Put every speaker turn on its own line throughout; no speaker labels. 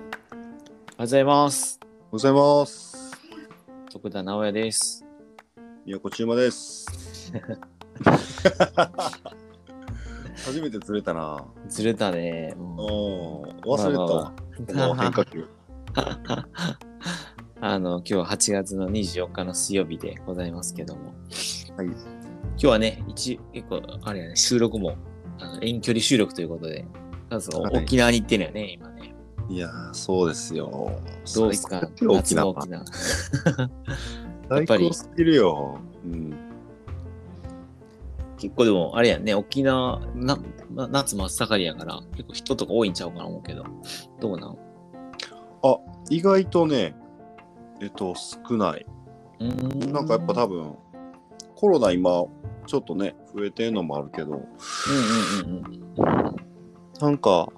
はようございます。
おはようございます。
徳田直也です。
宮古中馬 です。初めて釣れたな。
ずれたね。も
おー忘れたわ。
う
この変化球。
あの今日8月の24日の水曜日でございますけども、
はい
今日はね一結構あれやね収録もあの遠距離収録ということでカズさん
はい
沖縄に行ってんのよね、今ね
いやー、そうですよ。
どうすか
最高
夏の
沖縄
沖。縄やっ
最
ぱり
高すぎるよ。うん。
結構でもあれやんね沖縄なな夏真っ盛りやから結構人とか多いんちゃうかな思うけどどうなん
意外とね、えっと、少ない。
うー
なんかやっぱ多分、コロナ今、ちょっとね、増えてるのもあるけど、
うんうんうんうん
なんか、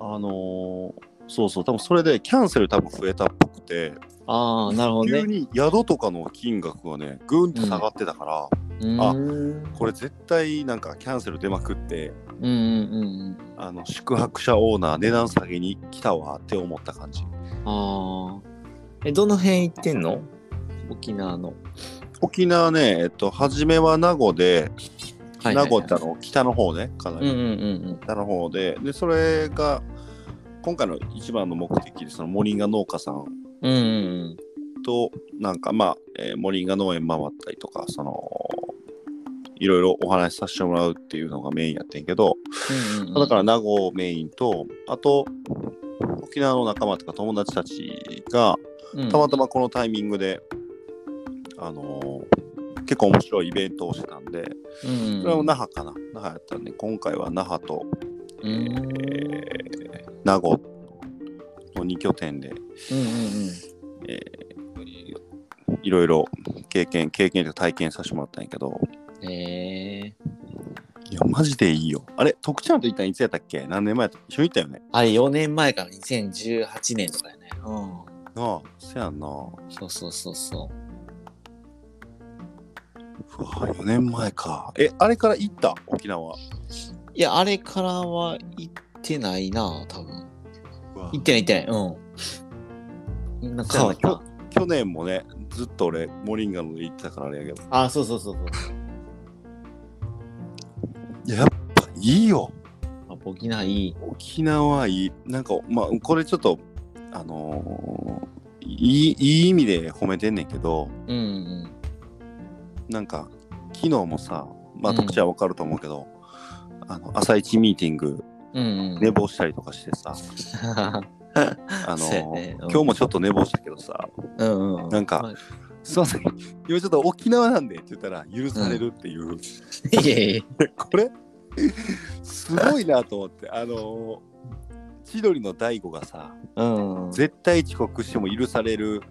あのーそうそう、多分それでキャンセル多分増えたっぽくて、
ああなるほど
急
ね
に宿とかの金額がねぐんと下がってたから、あ
うーん
これ絶対なんかキャンセル出まくって
うんうんうんうん
あの宿泊者オーナー値段下げに来たわって思った感じ
ああ。え、どの辺行ってんの沖縄の。
沖縄ねえっと初めは名護で、名護ってあ
の。
の北の方ねかな
うん
り
うんうん
北の方ででそれが今回の一番の目的でそのモリンガ農家さん
うん。うんうん
となんかまあ、えーモリンガ農園回ったりとかそのいろいろお話しさせてもらうっていうのがメインやってんけど、
うん。うん
だから名護をメインと、あと、沖縄の仲間とか友達たちが、
ら
たまたまこのタイミングで、あのー結構面白いイベントをしてたんで、
うん。
それは那覇かな。那覇やったんで、今回は那覇と、
うん。
え
うんうん
ー名護の2拠点で、
うん。
えーいろいろ経験、経験というか体験させてもらったんやけど、
ええ。
いや、マジでいいよ。あれ、徳ちゃんと行ったんいつやったっけ何年前やった一緒に行ったよね。
あれ、4年前から2018年とかやね。う
なあ、せやんな。
ん。そうそうそうそう
わ4年前かえあれから行った沖縄
う。いや、あれからは行ってないな、多分。行
行
っ
って
てない行ってない。うん。みんな変わっ
そうや
た
な。去年もねずっと俺モリンガので行ってたからあれやけど
あ、そうそうそうそう。
やっぱいいよ
あ沖縄いい。
沖縄いいなんかまあこれちょっとあのーいいいい意味で褒めてんねんけど
うんうん。
なんか昨日もさま
う
あ
ん
特ちゃんわかると思うけど、あの朝一ミーティング
うんうん。
寝坊したりとかしてさ、あの
そうやねうん
今日もちょっと寝坊したけどさ
うんうん。
なんか
まあ
すいません、今ちょっと沖縄なんでって言ったら許されるっていう、
いやいや
これ、 すごいなと思って、あのー千鳥の大悟がさ、
うん。
絶対遅刻しても許される、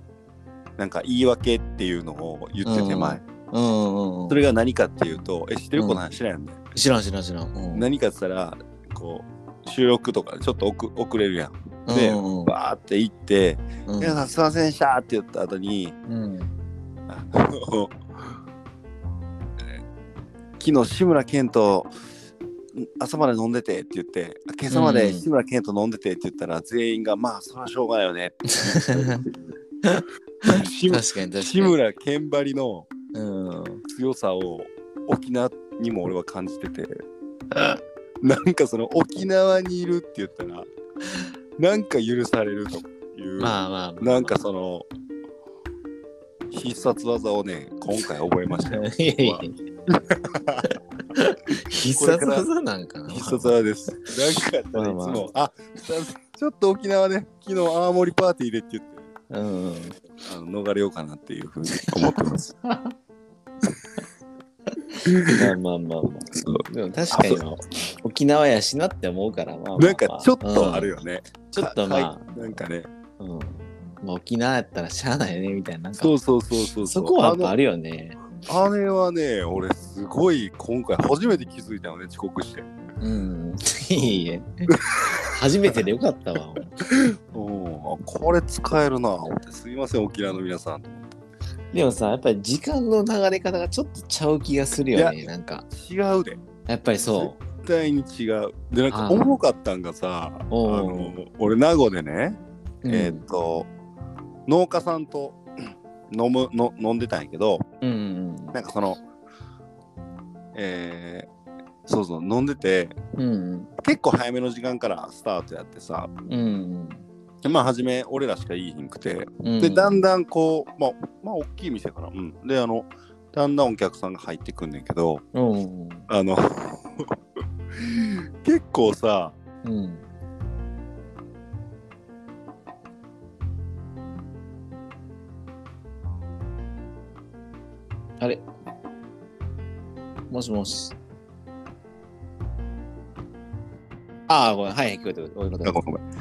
なんか言い訳っていうのを言ってて前、
うんうんうん
そ。れが何かっていうと、え、知ってるこの話知らんやんね、
知らん知らん知らん。うん、
何かって言ったら、こう、収録とかちょっと遅遅れるやん。で、
うんうんうん
バーって行って、
うん
皆さんすいませんでしたって言った後に、
うん
あ の昨日志村けんとん朝まで飲んでてって言って今朝まで志村けんと飲んでてって言ったら、全員がまあそれはしょうがないよ ねって言って志
確か
村
に確かに。
志村けんばりの
うん。
強さを沖縄にも俺は感じててなんかその沖縄にいるって言ったらなんか許されるという、
まあまあまあ。
なんかその必殺技をね今回覚えましたよ
いやいやいや。必殺技なんかな。
必殺技です。なんかあったらい
ま
つ
あま
も、あちょっと沖縄ね、昨日青森パーティーでって言って、
うんうん。
あの逃れようかなっていうふうに思って ます。
まあまあまあま
そう
あ。でも確かにまあ沖縄やしなって思うから、まあまあまあ
なんかちょっとある
よ。
よね。
ちょっとまあ
かかいなんかね、
うんまあ沖縄やったらしゃあないねみたいな。なんか
そうそうそうそうう。
そこはやっぱあるよね。
あのあれはね、俺すごい今回初めて気づいたのね、遅刻して。
うん。いやいや。初めてでよかったわ。
おあこれ使えるな思って、すいません、沖縄の皆さん。
でもさ、やっぱり時間の流れ方がちょっとちゃう気がするよね。なんか、
違うで。
やっぱりそ
絶対に違う。で、な
あ
ん
ー
かおもろかったんがさ、あ
おう
の俺、名護でね、
う。うん
えーっと農家さんと 飲むの飲んでたんやけど
うんうん
なんかそのえーそうそう飲んでて
うんうん
結構早めの時間からスタートやってさ
うん
でまあ初め俺らしかいいひんくて
うん
でだんだんこうまあまあ大きい店からうんであのだんだんお客さんが入ってくんねんけど
うん
あの 結構さ
うんあれもしもしああごめんはい聞こえてるおいごめん
あごめんごめんだ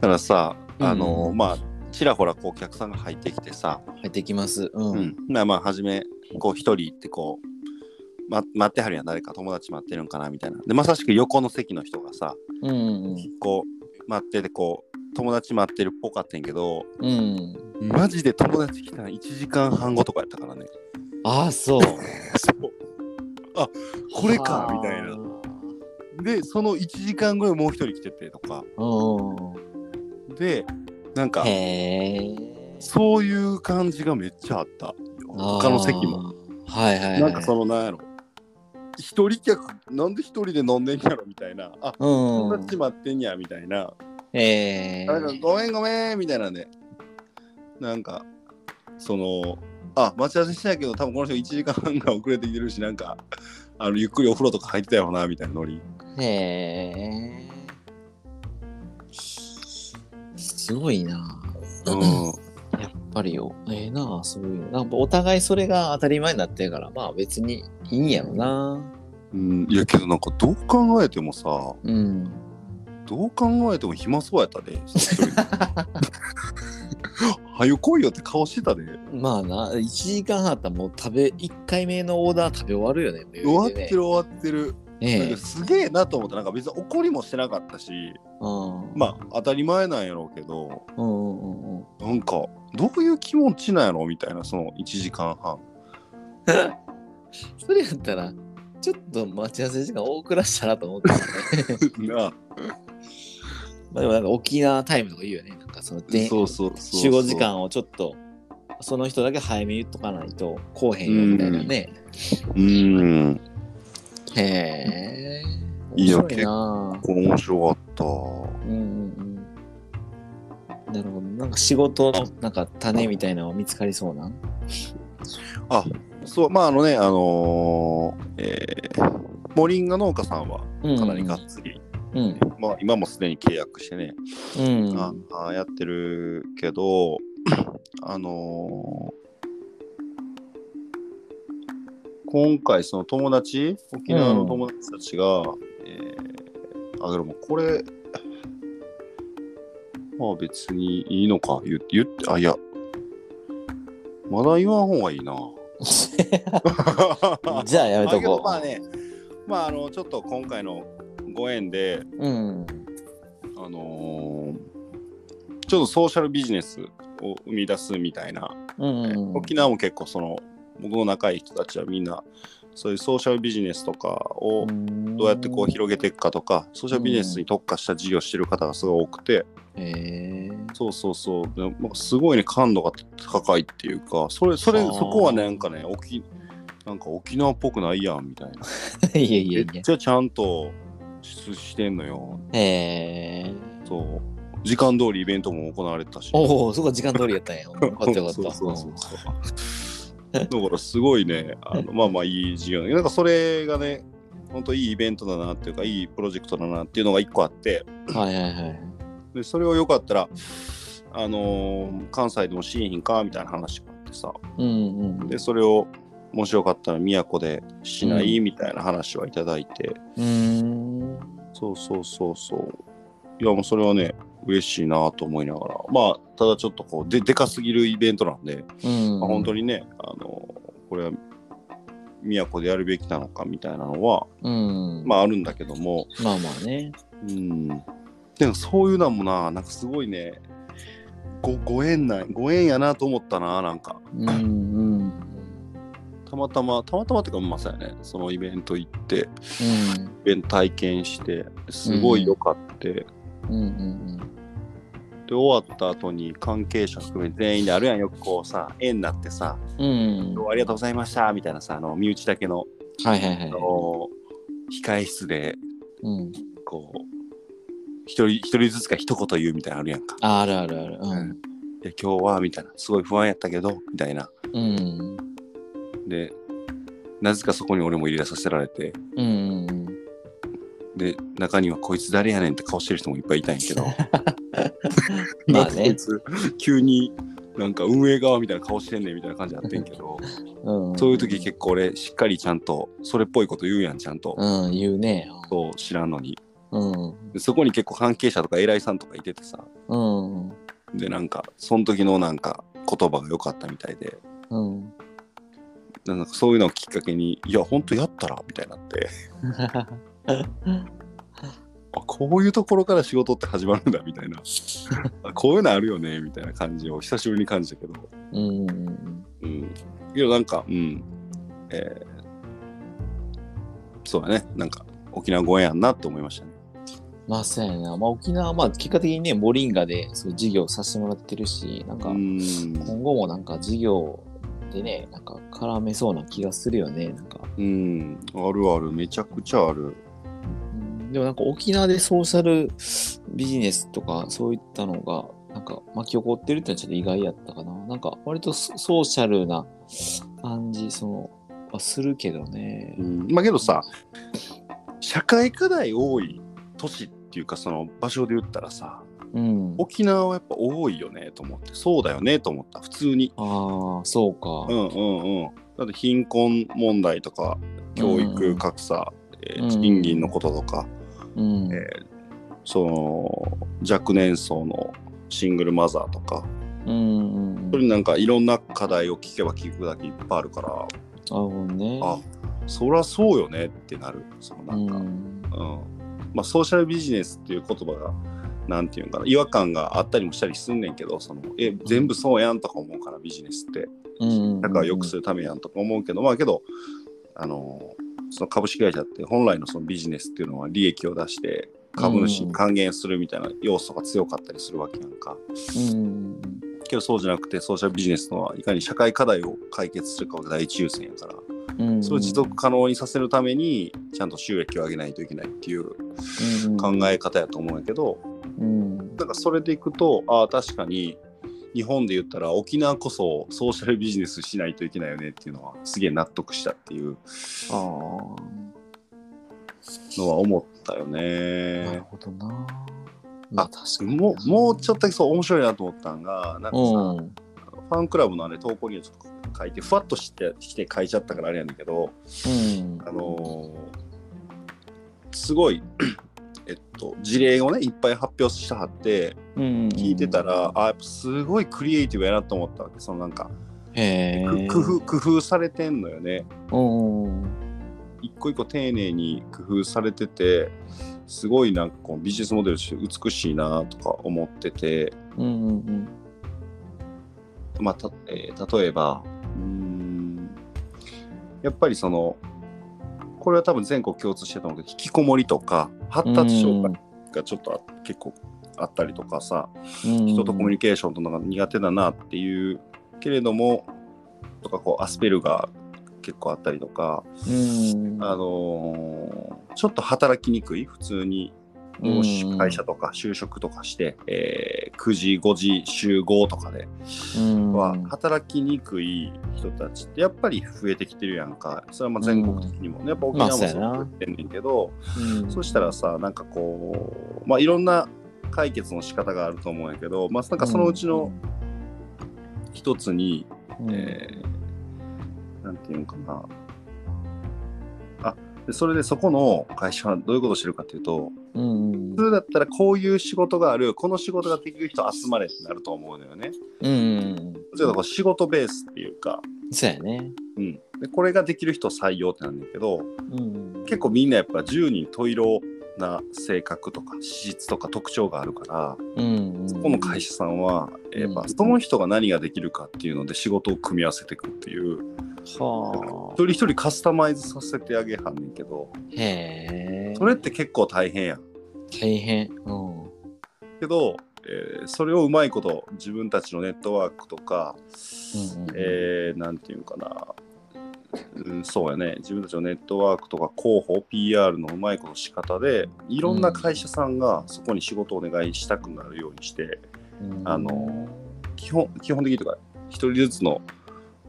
からさあの、
うん
まあちらほらこうお客さんが入ってきてさ、
入ってきますうん、
うんまあまあ初めこう一人ってこう、ま、待ってはるやん誰か友達待ってるんかなみたいなでまさしく横の席の人がさ
うんうん
こう待っててこう友達待ってるっぽかってんけど
うんうん
マジで友達来たの1時間半後とかやったからね
ああそう
そうこれか
はあ
みたいなでその1時間後にもう一人来ててとか
う
でなんか
んへえ
そういう感じがめっちゃあった他の席も
あーはいはい、はい、
なんかそのなんやろ一人客なんで一人で飲んでんやろみたいなあ
の
友
うん
達待ってんやみたいな
ええ
なんかごめんごめんみたいなねなんかそのあ待ち合わせしたんやけど多分この人1時間半が遅れてきてるしなんかあのゆっくりお風呂とか入ってたよなみたいな ノリ
へえ。すごいな。
う
やっぱりよ。ええな、そういうの。なんかお互いそれが当たり前になってるから、まあ別にいいんやろな。
ん、うん、いやけどなんかどう考えてもさ
うん。
どう考えても暇そうやったで 一人ではよ来いよって顔してたで
まあな、1時間半あったらもう食べ、1回目のオーダー食べ終わるよね。
終わってる終わってるなん
ねえ
かすげえなと思ったなんか別に怒りもしてなかったし
うん。
まあ当たり前なんやろうけど
うんうんうんうん。
なんかどういう気持ちなんやろみたいなその1時間半
それやったら、ちょっと待ち合わせ時間多くらしたなと思って、ね。
な
まあでもなんか沖縄タイムとかいいよね。なんかその電
そうそうそう
45時間をちょっとその人だけ早めに言っとかないとこうへんよみたいなね、
うん
へえ
いや
面白いな
面白かった
うんうんうんなるほどなんか仕事のなんか種みたいなのが見つかりそうな
あそうまああのねあのーえーモリンガ農家さんは
うん
かなりがっつり、
うん
まあ、今もすでに契約してね、
うん
ああやってるけど あのー今回その友達沖縄の友達たちが、えーあでもこれまあ別にいいのか言って言ってあいやまだ言わん方がいいな
じゃ あやめ
だ
と
けど
こう
まあねまああのちょっと今回のご縁で
うん
あのーちょっとソーシャルビジネスを生み出すみたいな、
うんうん
沖縄も結構その僕の仲いい人たちはみんなそういうソーシャルビジネスとかをどうやってこう広げていくかとか、ソーシャルビジネスに特化した事業してる方がすごい多くて、
へえ
そうそうそうでもすごいね感度が高いっていうかそれそれ
はあ
そこはねなんかね沖なんか沖縄っぽくないやんみたいな
いやい
め
やい
っちゃちゃんとししてんのよ
やへえ
そう時間通りイベントも行われてたし
おおそこ時間通りやった んやよかったよかった
そうそうそうそうだからすごいね、あのまあまあいい事業だけど、なんかそれがね、本当いいイベントだなっていうか、いいプロジェクトだなっていうのが一個あって、
うんはいはいはい
でそれをよかったら、あのー関西でもしーひんかみたいな話があってさ、
うんうん
で、それをもしよかったら宮古でしないみたいな話はいただいて、
うーん
そうそうそうそう。いやもうそれはね、嬉しいなと思いながら、まあ、ただちょっとこうで、でかすぎるイベントなんで、
うん
まあ、本当
に。
にね、あのこれは都でやるべきなのかみたいなのは、
うん。ま
まあ、あるんだけども、
あ、まあまあね。
うん、でもそういうのもななんかすごいねごご縁ないご縁やなと思ったななんか
うんうん。
たまたまたまたまっていうかまさやねそのイベント行ってイベント体験してすごい良かって、
うんうんうん
で終わった後に関係者含め全員であるやんよくこうさ縁になってさ
うん
「ありがとうございました」みたいなさあの身内だけの
はいはいは
あ
い
の。控え室で
うん。
こう一人一人ずつが一言言うみたいなのあるやんか。
あるあるある。
で今日はみたいなすごい不安やったけどみたいな。
うん。うん。
でなぜかそこに俺も入れさせられて
うん。うん
で中にはこいつ誰やねんって顔してる人もいっぱいいたんやけど
まあ
こい
ね。
つ急になんか運営側みたいな顔してんねんみたいな感じやってんけど
うん。
そういう時結構俺しっかりちゃんとそれっぽいこと言うやんちゃんと、
うん、言うね。
そう知らんのに
うん。
でそこに結構関係者とか偉いさんとかいててさ
うん。
でなんかその時のなんか言葉が良かったみたいで
うん。
なんかそういうのをきっかけにいやほんとやったらみたいになってあこういうところから仕事って始まるんだみたいなあこういうのあるよねみたいな感じを久しぶりに感じたけど
うん。
うんけどなんかうんえーそうだねなんか沖縄ご縁やんなって思いましたね
まあそうやな。まあ沖縄はまあ結果的にね、モリンガでそういう事業させてもらってるし、なんか
うん
今後もなんか事業でね、なんか絡めそうな気がするよね。なんか。
うんあるあるめちゃくちゃある
うんでもなんか沖縄でソーシャルビジネスとかそういったのがなんか巻き起こってるってのはちょっと意外やったかな。なんか割とソソーシャルな感じそのはするけどね
う。んまあけどさ社会課題多い都市っていうかその場所で言ったらさ
うん。
沖縄はやっぱ多いよねと思ってそうだよねと思った普通に
ああ、そう
う
か。
んうんうんだって貧困問題とか教育格差、えー
うん
賃金のこととか、
うん。
えその若年層のシングルマザーとか
うんうん
そ
うん。
れなんかいろんな課題を聞けば聞くだけいっぱいあるから
あほんね。
あそりゃそうよねってなるそのなんか、
うん
うんまあ、ソーシャルビジネスっていう言葉がなんていうんかな違和感があったりもしたりすんねんけどそのえ全部そうやんとか思うからビジネスって
うん。
だから良くす
る。
るためやんとか思うけどまあけどあのその株式会社って本来のそのビジネスっていうのは利益を出して株主に還元するみたいな要素が強かったりするわけやんか
うん。
けどそうじゃなくてソーシャルビジネスのはいかに社会課題を解決するかが第一優先やから
うん。
それを持続可能にさせるためにちゃんと収益を上げないといけないっていう
うん
考え方やと思うんやけど
うん。
なんかそれでいくとああ確かに日本で言ったら沖縄こそソーシャルビジネスしないといけないよねっていうのはすげえ納得したっていう
ああ。
のは思ったよ
なる
ね。
ほどな。まあ確かに。
もうもうちょっとだけそう面白いなと思ったんがなんかさ、
うん。
ファンクラブのあれ投稿にはちょっと書いてふわっとしてして書いちゃったからあれやねんだけど、
うん。
あのーすごい えっと事例をねいっぱい発表したはって聞
聞
いてたら、あやっぱすごいクリエイティブやなと思ったわけそのなんか
へ
く
え。
工夫工夫されてんのよね
うんうん
一個一個丁寧に工夫されててすごいなんかこうビジネスモデルとして美しいなとか思ってて、
うんうん
まあたえー例えばうーんやっぱりそのこれは多分全国共通してたのけど引きこもりとか発達障害がちょっとあ結構あったりとかさ、
うん。
人とコミュニケーションとなんか苦手だなっていうけれどもとかこうアスペルが結構あったりとか、
うん。
あのーちょっと働きにくい普通にもう
うん
会社とか就職とかして、えー9時5時集合とかで
うん
は働きにくい人たちってやっぱり増えてきてるやんかそれはまあ全国的にもね、やっぱ沖縄も
まあ
そ
そう
う
やな
なってんねんけど、
うん
そしたらさなんかこうまあいろんな解決の仕方があると思うんやけど、まあ、なんかそのうちの、一つに、
うん
えーなんていうのかなあでそれでそこの会社はどういうことをしてるかっていうと
うん
普通だったらこういう仕事があるこの仕事ができる人集まれってなると思うのよね。
うんうん。
ちょっとこう仕事ベースっていうか、
そうやね。
うん、でこれができる人採用ってなんだけど
うん
結構みんなやっぱ10人十色な性格とか資質とか特徴があるから
うんうん。
そこの会社さんはやっぱその人が何ができるかっていうので仕事を組み合わせていくっていう。
社は
一人一人カスタマイズさせてあげはんねんけど
あ。へえ。
それって結構大変やん
大変。うん。
けどえーそれをうまいこと自分たちのネットワークとか、
うんうんうん
えーなんていうかな、うん、そうやね自分たちのネットワークとか広報 PR のうまいこと仕方でいろんな会社さんがそこに仕事をお願いしたくなるようにして
うん
あの基本基本的にというか一人ずつの、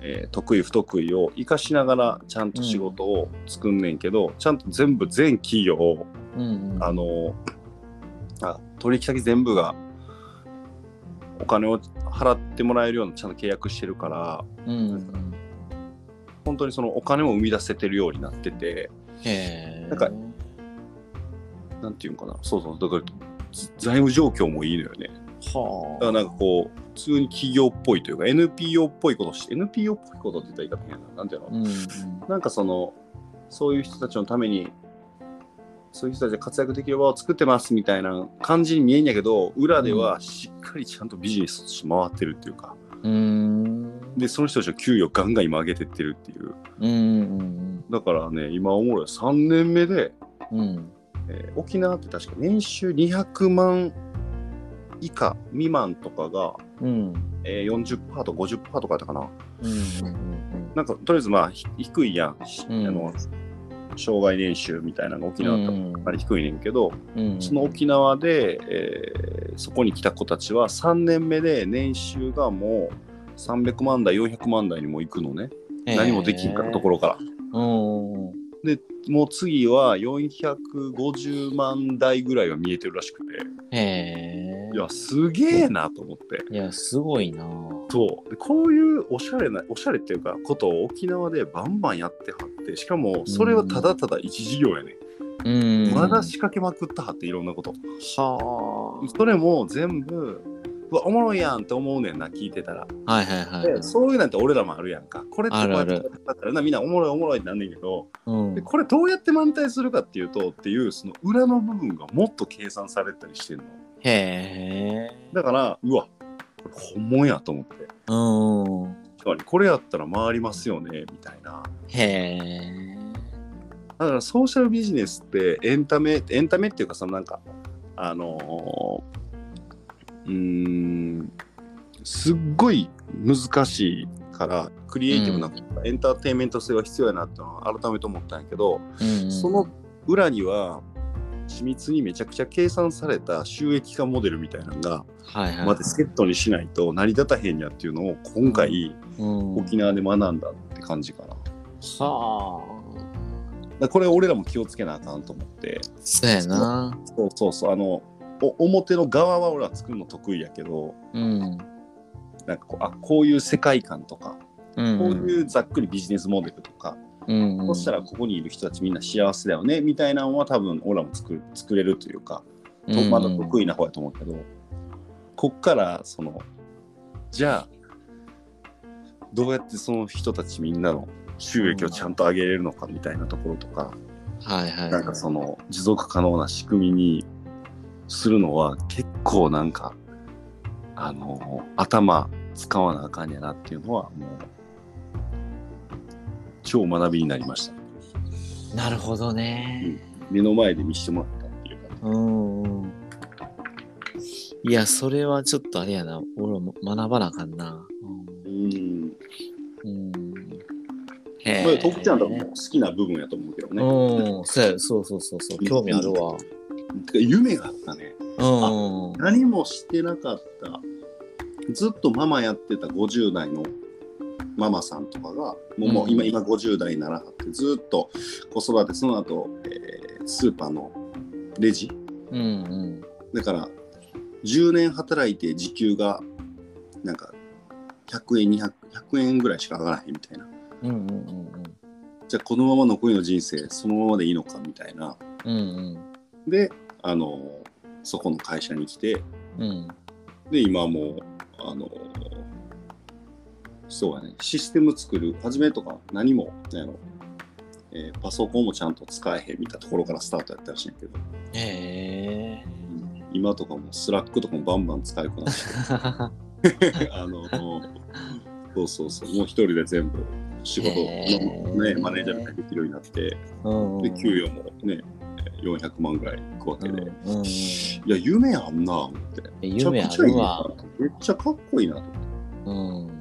えー得意不得意を生かしながらちゃんと仕事を作んねんけど、ちゃんと全部全企業を
うんうん
あのあ取引先全部がお金を払ってもらえるようなちゃんと契約してるから
うんうん
本当にそのお金も生み出せてるようになってて
へー
なんかなんていうんかなそうそうだからず財務状況もいいのよね
は
だからなんかこう普通に企業っぽいというか NPO っぽいことして NPO っぽいことって言ったらいいかななんていうの、
うんうん
なんかそのそういう人たちのためにそういう人たちが活躍できる場を作ってますみたいな感じに見えんやけど裏ではしっかりちゃんとビジネスとして回ってるっていうか
うーん
でその人たちの給与ガンガン今上げてってるっていう
うんうん
だからね今おもろい3年目で、
うんうん
えー沖縄って確か年収200万以下未満とかが、
うん
えー40%とか50%とかやったかな
うんうん
なんかとりあえずまあひ低いやん、し
うん
あの障害年収みたいなのが沖縄って
うん
あんまり低いねんけど、
うん
その沖縄で、えーそこに来た子たちは3年目で年収がもう300万台400万台にも行くのね、何もできんかったとこ
ろ
ろから
うんうん
もう次は450万台ぐらいは見えてるらしくて
へえ
いやすげえなと思って
いやすごいな
そうでこういうおしゃれなおしゃれっていうかことを沖縄でバンバンやってはってしかもそれはただただ一事業やね、
うん
まだ仕掛けまくったはっていろんなこと
は
それも全部うわおもろいやんって思うねんな聞いてたら
あはいはいはいは
で
い
そういうなんて俺らもあるやんかこれってこうやって
ある
だったらなみんなおもろいおもろいってなんねんけど
うん
でこれどうやって満タイするかっていうとっていうその裏の部分がもっと計算されたりしてるの
へえ
だからうわこれ本物やと思って
うん
つまりこれやったら回りますよねみたいな
へ
だからソーシャルビジネスってエンタメエンタメっていうかそのなんかあのーうーんすっごい難しいからクリエイティブな、エンターテインメント性は必要やなってのは改めて思ったんやけど、
え
その裏には緻密にめちゃくちゃ計算された収益化モデルみたいなのが
はいはい
までセットにしないと成り立たへんやっていうのを今回
うん
沖縄で学んだって感じかな。だか
はあ
らこれ俺らも気をつけなあかんと思って。
そうやな
そうそうそうあのお表の側は俺は作るの得意やけど
うん
なんかこうあこういう世界観とか
うん
こういうざっくりビジネスモデルとか、
うんうん
そしたらここにいる人たちみんな幸せだよねみたいなのは多分俺らも作る作れるというか、とまだ得意な方やと思うけどこっからそのじゃあどうやってその人たちみんなの収益をちゃんと上げれるのかみたいなところとか、
はいはい
なんかその持続可能な仕組みにするのは結構なんかあの頭使わなあかんやなっていうのはもう超学びになりました
なるほどね
目の前で見してもらったっていうか
うんうんいやそれはちょっとあれやな俺も学ばなあかんな
うん
うんうん
これ徳ちゃんと
だ
かも好きな部分やと思うけどね、
うんそうやそうそうそうそう興味あるわ
てか夢があったね
うん
何もしてなかったずっとママやってた50代のママさんとかがもう,、も
う
うん今今50代にならはってずっと子育てその後、えースーパーのレジ
うんうん
だから10年働いて時給がなんか100円200100円ぐらいしか上がらへんみたいな
うんうんうん
じゃあこのまま残りの人生そのままでいいのかみたいな
うん
であのそこの会社に来て
うんうん
で今もうあのそうやねシステム作る初めとか何もなんやろ、えーパソコンもちゃんと使えへんみたいなところからスタートやったらしいんやけど
へえ
今とかもスラックとかもバンバン使えるくなっ てあのそうそうそうもう一人で全部仕事、
へー
まあね、マネージャーみたいにできるようになって
うんうん
で給与もね、 400万ぐらいいくわけで、い
うんうん
や夢あんな思ってめちゃ
夢
く
あ
ちゃいい
る
な
わ。
めっちゃかっこいいなと思って、
うん。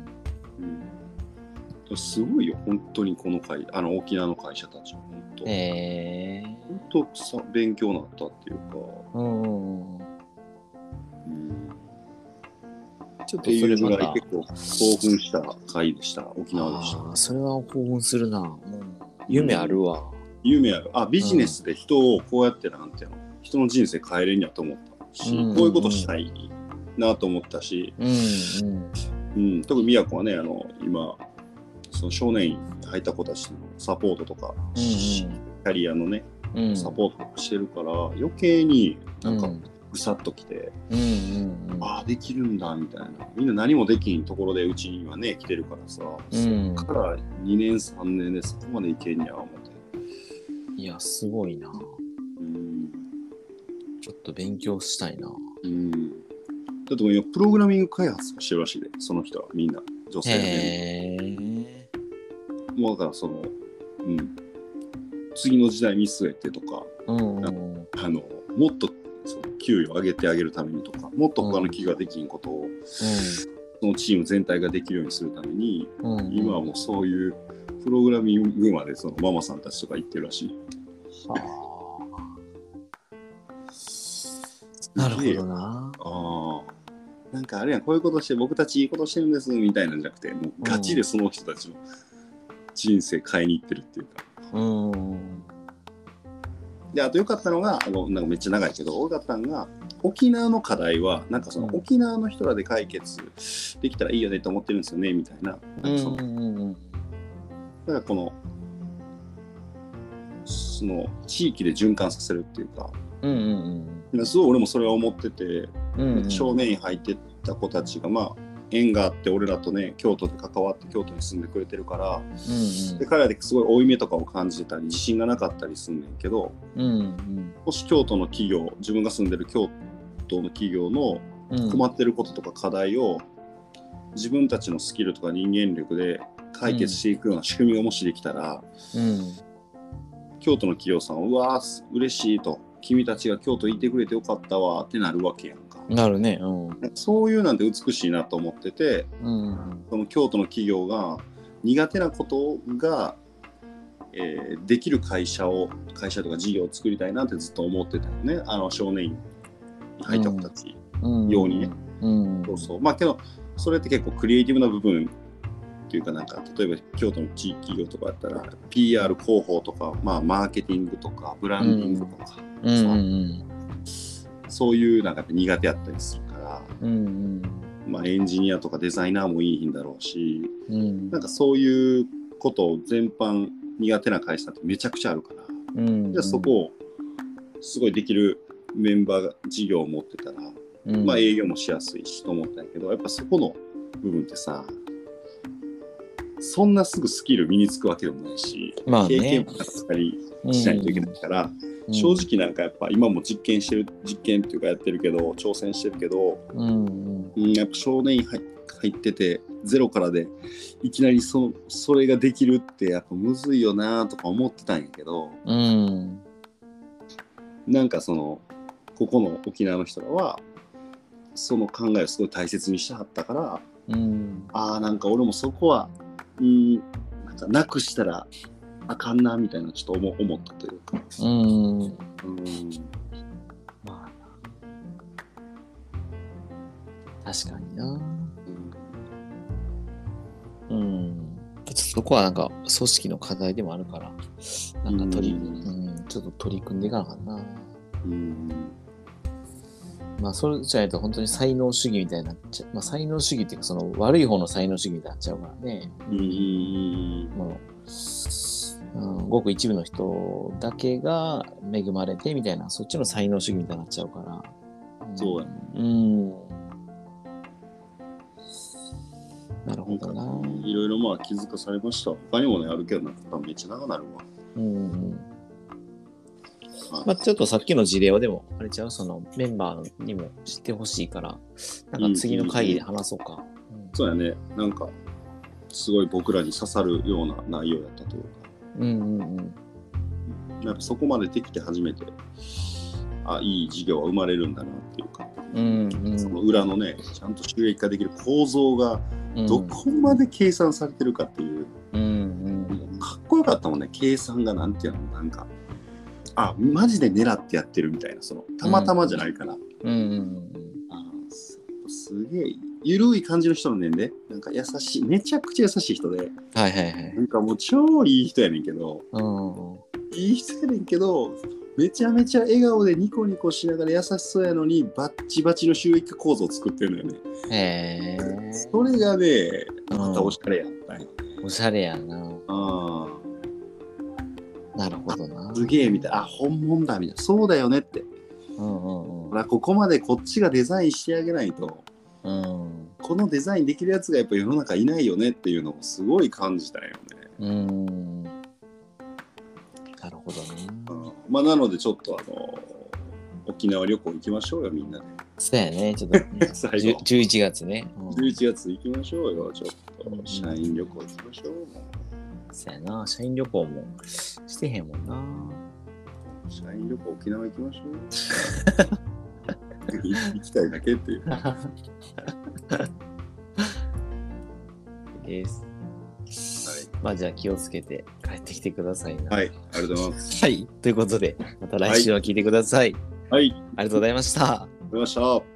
うん、すごいよ本当にこの会あの沖縄の会社たちは本当、
ええ
本当さ勉強になったっていうか、
うんうんうん。
うん、
ちょっ
って
と
い
そうれま
ぐらい
た。
結構興奮した回でした沖縄でした
ああ、それは興奮するな。うん夢あるわ。
夢あるあビジネスで人をこうやってなんていうの人の人生変えれんやと思ったし、
うん
こういうことしたいなと思ったし、
うんうん。
うん、特に宮子はねあの今その少年院入った子たちのサポートとか、
うん
キャリアのね
うん。うん
サポートとかしてるから、余計になんか
うん
ぐさっときて、
うんうん
ああできるんだみたいなみんな何もできんところでうちにはね来てるからさ、
うん
そっから2年3年でそこまでいけんや思って。
うん。いや、すごいな。
うん
ちょっと勉強したいな。
うんだってもう今プログラミング開発とかしてるらしいで、その人はみんな、女性で、
へえ。
もうだからその、うん、次の時代見据えてとか、
うんうん。
あのもっとその給与上げてあげるためにとか、もっと他の企業ができんことを、そのチーム全体ができるようにするために、
うんうん。
今はもうそういうプログラミングまでそのママさんたちとか行ってるらしい。
なるほどな。
ああ。なんかあれやんこういうことして僕たちいいことしてるんですみたいなんじゃなくてもうガチでその人たちの人生変えに行ってるっていうか
うんうん。
であと良かったのがあのなんかめっちゃ長いけど多かったのが沖縄の課題はなんかその
うん
沖縄の人らで解決できたらいいよねと思ってるんですよねみたいな
う
なん
ん
かそ
う
の
んうん。
だからこのその地域で循環させるっていうか
うんうん
すごい俺もそれは思ってて
うん。うん。
少年院入ってった子たちがまあ縁があって俺らとね京都で関わって京都に住んでくれてるからで彼らですごい負い目とかを感じてたり自信がなかったりすんねんけど
うんうん。
もし京都の企業自分が住んでる京都の企業の
うん。
困ってることとか課題を自分たちのスキルとか人間力で解決していくような仕組みがもしできたら、
うん。
京都の企業さんはうわー嬉しいと君たちが京都いてくれてよかったわってなるわけやんか、
なるね。うん。
そういうなんて美しいなと思ってて
うんうん。
その京都の企業が苦手なことが、えーできる会社を会社とか事業を作りたいなってずっと思ってたよねあの少年院に入った子たち、
うん
ようにね。
うん。
そうそうまあけどそれって結構クリエイティブな部分っていうかなんか例えば京都の地域企業とかだったら PR 広報とか、まあ、マーケティングとかブランディングとか、
うんうん
そういうなんかやっぱ苦手やったりするから、
うん。うん
まあ、エンジニアとかデザイナーもいいんだろうし
うん。
なんかそういうことを全般苦手な会社ってめちゃくちゃあるから、
うん。
じゃあそこをすごいできるメンバーが事業を持ってたら、
うん、
まあ営業もしやすいしと思ったんやけどやっぱそこの部分ってさそんなすぐスキル身につくわけでもないし、
まあね
経験もやっぱりしないといけないから、
うん
正、直なんかやっぱ今も実験してる実験っていうかやってるけど挑戦してるけど、
うんうん
うん、やっぱ少年院入入っててゼロからでいきなりそそれができるってやっぱむずいよなとか思ってたんやけど
うん。
なんかそのここの沖縄の人らはその考えをすごい大切にしてはったから
うん。
ああなんか俺もそこはうんなんかなくしたらあかんなみたいなちょっと思思ったというか。
うん。
うん
まあな。確かにな。うん。ちょっとそこはなんか組織の課題でもあるから、なんか取り、
うん
うん、ちょっと取り組んでいかなあかんな。
うん
まあ、それじゃないと本当に才能主義みたいになっちゃう。まあ、才能主義っていうか、その悪い方の才能主義になっちゃうからね。
うん
もう、うん、ごく一部の人だけが恵まれてみたいな、そっちの才能主義みたいになっちゃうから。ん
そうや
うん。なるほどな。
いろいろまあ気づかされました。他にもね、あるけどなんかめっちゃ長なるわ。
うんうん。
はい
まあ、ちょっとさっきの事例はでも、あれちゃう、そのメンバーにも知ってほしいから、なんか次の会議で話そうか。
そうやね、なんか、すごい僕らに刺さるような内容やったというか、
うんうんうん。
やっぱそこまでできて初めてあいい事業は生まれるんだなっていうか、
うんうん
その裏のねちゃんと収益化できる構造が
うん
どこまで計算されてるかっていう、
うんうん
かっこよかったもんね計算がなんていうのなんかあマジで狙ってやってるみたいなそのたまたまじゃないかな、
うんうん
あのすすげえ緩い感じの人の年齢なんか優しいめちゃくちゃ優しい人で
はいはいはい
なんかもう超いい人やねんけど
うんうん
いい人やねんけどめちゃめちゃ笑顔でニコニコしながら優しそうやのにバッチバチの収益化構造を作ってるのよね
へえ
それがね
うん
またおしゃれやったんよ
おしゃれやな
あ
なるほどな
ーすげえみたいなあ本物だみたいなそうだよねって
うんうん
ほらここまでこっちがデザインしてあげないと
うん
このデザインできるやつがやっぱ世の中いないよねっていうのをすごい感じたよね
うんなるほどね
うんまあ、なのでちょっとあの沖縄旅行行きましょうよみんなで
そうやねちょっと
最後
じゅ11月ねうん
11月行きましょうよちょっと社員旅行行きましょうも
そうやな社員旅行もしてへんもんな
う社員旅行沖縄行きましょ う行きたいだけっていう
ですまあじゃあ気をつけて帰ってきてくださいな
はいありがとうございます
はい、ということで、また来週は聞いてください。
はいあり
ありがとうございました。
がとうございました